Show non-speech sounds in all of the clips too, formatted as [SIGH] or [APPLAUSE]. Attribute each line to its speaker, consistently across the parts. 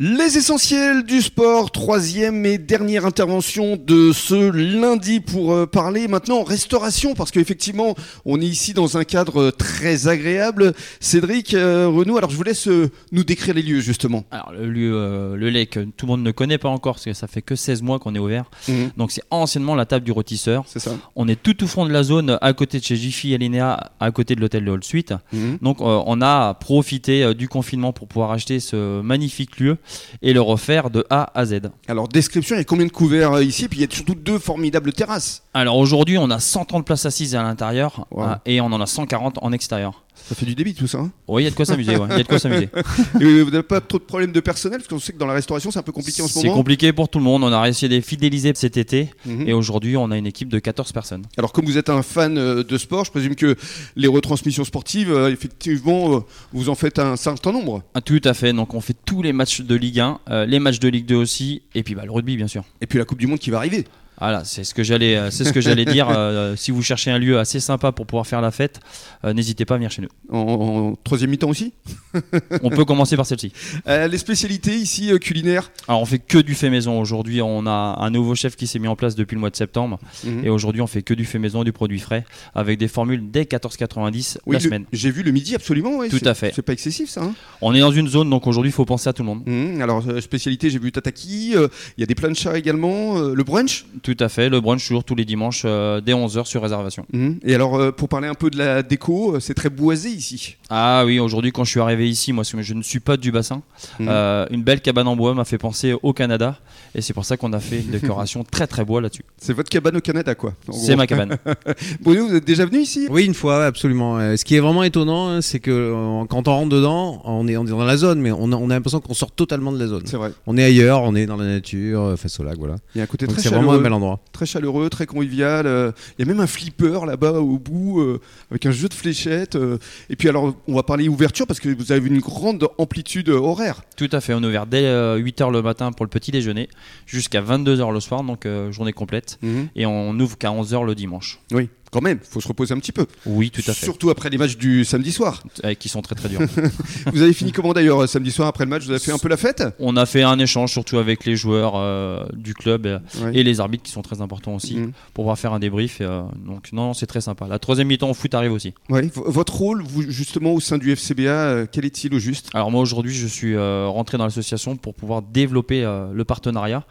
Speaker 1: Les essentiels du sport, troisième et dernière intervention de ce lundi pour euh, parler maintenant restauration, parce qu'effectivement, on est ici dans un cadre euh, très agréable. Cédric, euh, Renaud, alors je vous laisse euh, nous décrire les lieux justement.
Speaker 2: Alors le lieu, euh, le lait que tout le monde ne connaît pas encore parce que ça fait que 16 mois qu'on est ouvert.
Speaker 1: Mhm.
Speaker 2: Donc c'est anciennement la table du rôtisseur.
Speaker 1: C'est ça
Speaker 2: On est tout au fond de la zone à côté de chez Jiffy et Linéa, à côté de l'hôtel de Hall Suite.
Speaker 1: Mhm.
Speaker 2: Donc euh, on a profité euh, du confinement pour pouvoir acheter ce magnifique lieu et le refaire de A à Z.
Speaker 1: Alors, description, il y a combien de couverts euh, ici Puis il y a surtout deux formidables terrasses.
Speaker 2: Alors aujourd'hui on a 130 places assises à l'intérieur
Speaker 1: Wow.
Speaker 2: euh, et on en a 140 en extérieur.
Speaker 1: Ça fait du débit tout ça. hein.
Speaker 2: Oui, il y a de quoi s'amuser. ouais, Il y a de quoi s'amuser.
Speaker 1: [LAUGHS] Et euh, vous n'avez pas trop de problèmes de personnel, parce qu'on sait que dans la restauration, c'est un peu [LAUGHS] compliqué en ce
Speaker 2: C'est
Speaker 1: moment.
Speaker 2: compliqué pour tout le monde. On a réussi à les fidéliser cet été
Speaker 1: Mhm.
Speaker 2: et aujourd'hui on a une équipe de 14 personnes.
Speaker 1: Alors, comme vous êtes un fan euh, de sport, je présume que les retransmissions sportives, euh, effectivement, euh, vous en faites un certain nombre.
Speaker 2: Ah, Tout à fait, donc on fait tous les matchs de Ligue 1, euh, les matchs de Ligue 2 aussi, et puis bah, le rugby bien sûr.
Speaker 1: Et puis la Coupe du Monde qui va arriver.
Speaker 2: Voilà, c'est ce que j'allais, euh, c'est ce que j'allais dire. euh, si vous cherchez un lieu assez sympa pour pouvoir faire la fête, euh, n'hésitez pas à venir chez nous.
Speaker 1: En, en troisième mi-temps aussi.
Speaker 2: On peut commencer par celle-ci.
Speaker 1: Euh, les spécialités ici euh, culinaires.
Speaker 2: Alors on fait que du fait maison aujourd'hui. On a un nouveau chef qui s'est mis en place depuis le mois de septembre,
Speaker 1: Mhm.
Speaker 2: et aujourd'hui on fait que du fait maison et du produit frais avec des formules dès 14,90
Speaker 1: Oui,
Speaker 2: la
Speaker 1: le-
Speaker 2: semaine.
Speaker 1: j'ai vu le midi absolument. ouais,
Speaker 2: Tout
Speaker 1: c'est-
Speaker 2: à fait.
Speaker 1: C'est pas excessif ça. hein.
Speaker 2: On est dans une zone, donc aujourd'hui il faut penser à tout le monde.
Speaker 1: Mhm, alors euh, spécialité, j'ai vu tataki. euh, Il y a des planchas également. euh, le brunch.
Speaker 2: Tout à fait, le brunch toujours tous les dimanches euh, dès 11h sur réservation.
Speaker 1: Mhm. Et alors euh, pour parler un peu de la déco, euh, c'est très boisé ici.
Speaker 2: Ah oui, aujourd'hui quand je suis arrivé ici, moi parce que je ne suis pas du bassin,
Speaker 1: Mhm.
Speaker 2: euh, une belle cabane en bois m'a fait penser au Canada et c'est pour ça qu'on a
Speaker 1: [LAUGHS]
Speaker 2: fait une décoration très très bois là-dessus.
Speaker 1: C'est votre cabane au Canada quoi. en
Speaker 2: C'est
Speaker 1: gros.
Speaker 2: ma cabane.
Speaker 1: [LAUGHS] Bruno, vous êtes déjà venu ici
Speaker 3: Oui, une fois, ouais, absolument. Euh, Ce qui est vraiment étonnant, hein, c'est que euh, quand on rentre dedans, on est, on est dans la zone, mais on a, on a l'impression qu'on sort totalement de la zone.
Speaker 1: C'est vrai.
Speaker 3: On est ailleurs, on est dans la nature, euh, face au lac, voilà.
Speaker 1: Il y a un côté
Speaker 3: Donc
Speaker 1: très
Speaker 3: c'est vraiment un
Speaker 1: chaleureux,
Speaker 3: bel endroit.
Speaker 1: très chaleureux, très convivial. euh, Il y a même un flipper là-bas au bout euh, avec un jeu de fléchettes. euh, Et puis alors on va parler ouverture parce que vous avez une grande amplitude euh, horaire.
Speaker 2: Tout à fait, on est ouvert dès 8h le matin pour le petit déjeuner jusqu'à 22h le soir, donc euh, journée complète. Et on n'ouvre qu'à 11h le dimanche.
Speaker 1: Oui, quand même, faut se reposer un petit peu.
Speaker 2: Oui, tout à fait.
Speaker 1: Surtout après les matchs du samedi
Speaker 2: [LAUGHS]
Speaker 1: soir.
Speaker 2: Euh, qui sont très très durs.
Speaker 1: vous avez fini comment d'ailleurs euh, samedi soir après le match Vous avez fait un peu la fête
Speaker 2: on a fait un échange surtout avec les joueurs euh, du club euh,
Speaker 1: Ouais.
Speaker 2: et les arbitres qui sont très importants aussi
Speaker 1: Mhm.
Speaker 2: pour pouvoir faire un débrief. et, euh, donc non, non, c'est très sympa. La troisième mi-temps au foot arrive aussi.
Speaker 1: Ouais. V- Votre rôle, vous, justement, au sein du FCBA, euh, quel est-il au juste
Speaker 2: Alors moi aujourd'hui je suis euh, rentré dans l'association pour pouvoir développer euh, le partenariat.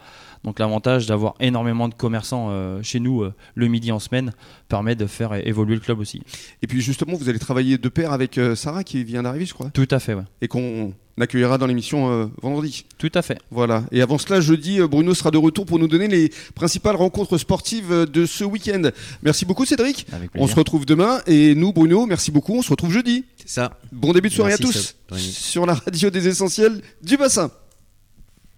Speaker 2: Donc l'avantage d'avoir énormément de commerçants euh, chez nous euh, le midi en semaine permet de faire é- évoluer le club aussi.
Speaker 1: Et puis justement, vous allez travailler de pair avec euh, Sarah qui vient d'arriver, je crois,
Speaker 2: Tout à fait, ouais.
Speaker 1: et qu'on accueillera dans l'émission euh, vendredi.
Speaker 2: Tout à fait.
Speaker 1: Voilà. Et avant cela, jeudi, euh, Bruno sera de retour pour nous donner les principales rencontres sportives euh, de ce week-end. Merci beaucoup, Cédric.
Speaker 2: Avec
Speaker 1: On se retrouve demain. Et nous, Bruno, merci beaucoup. On se retrouve jeudi.
Speaker 3: C'est ça.
Speaker 1: Bon début de soirée
Speaker 3: Merci,
Speaker 1: à tous
Speaker 3: Seb.
Speaker 1: sur la radio des essentiels du bassin.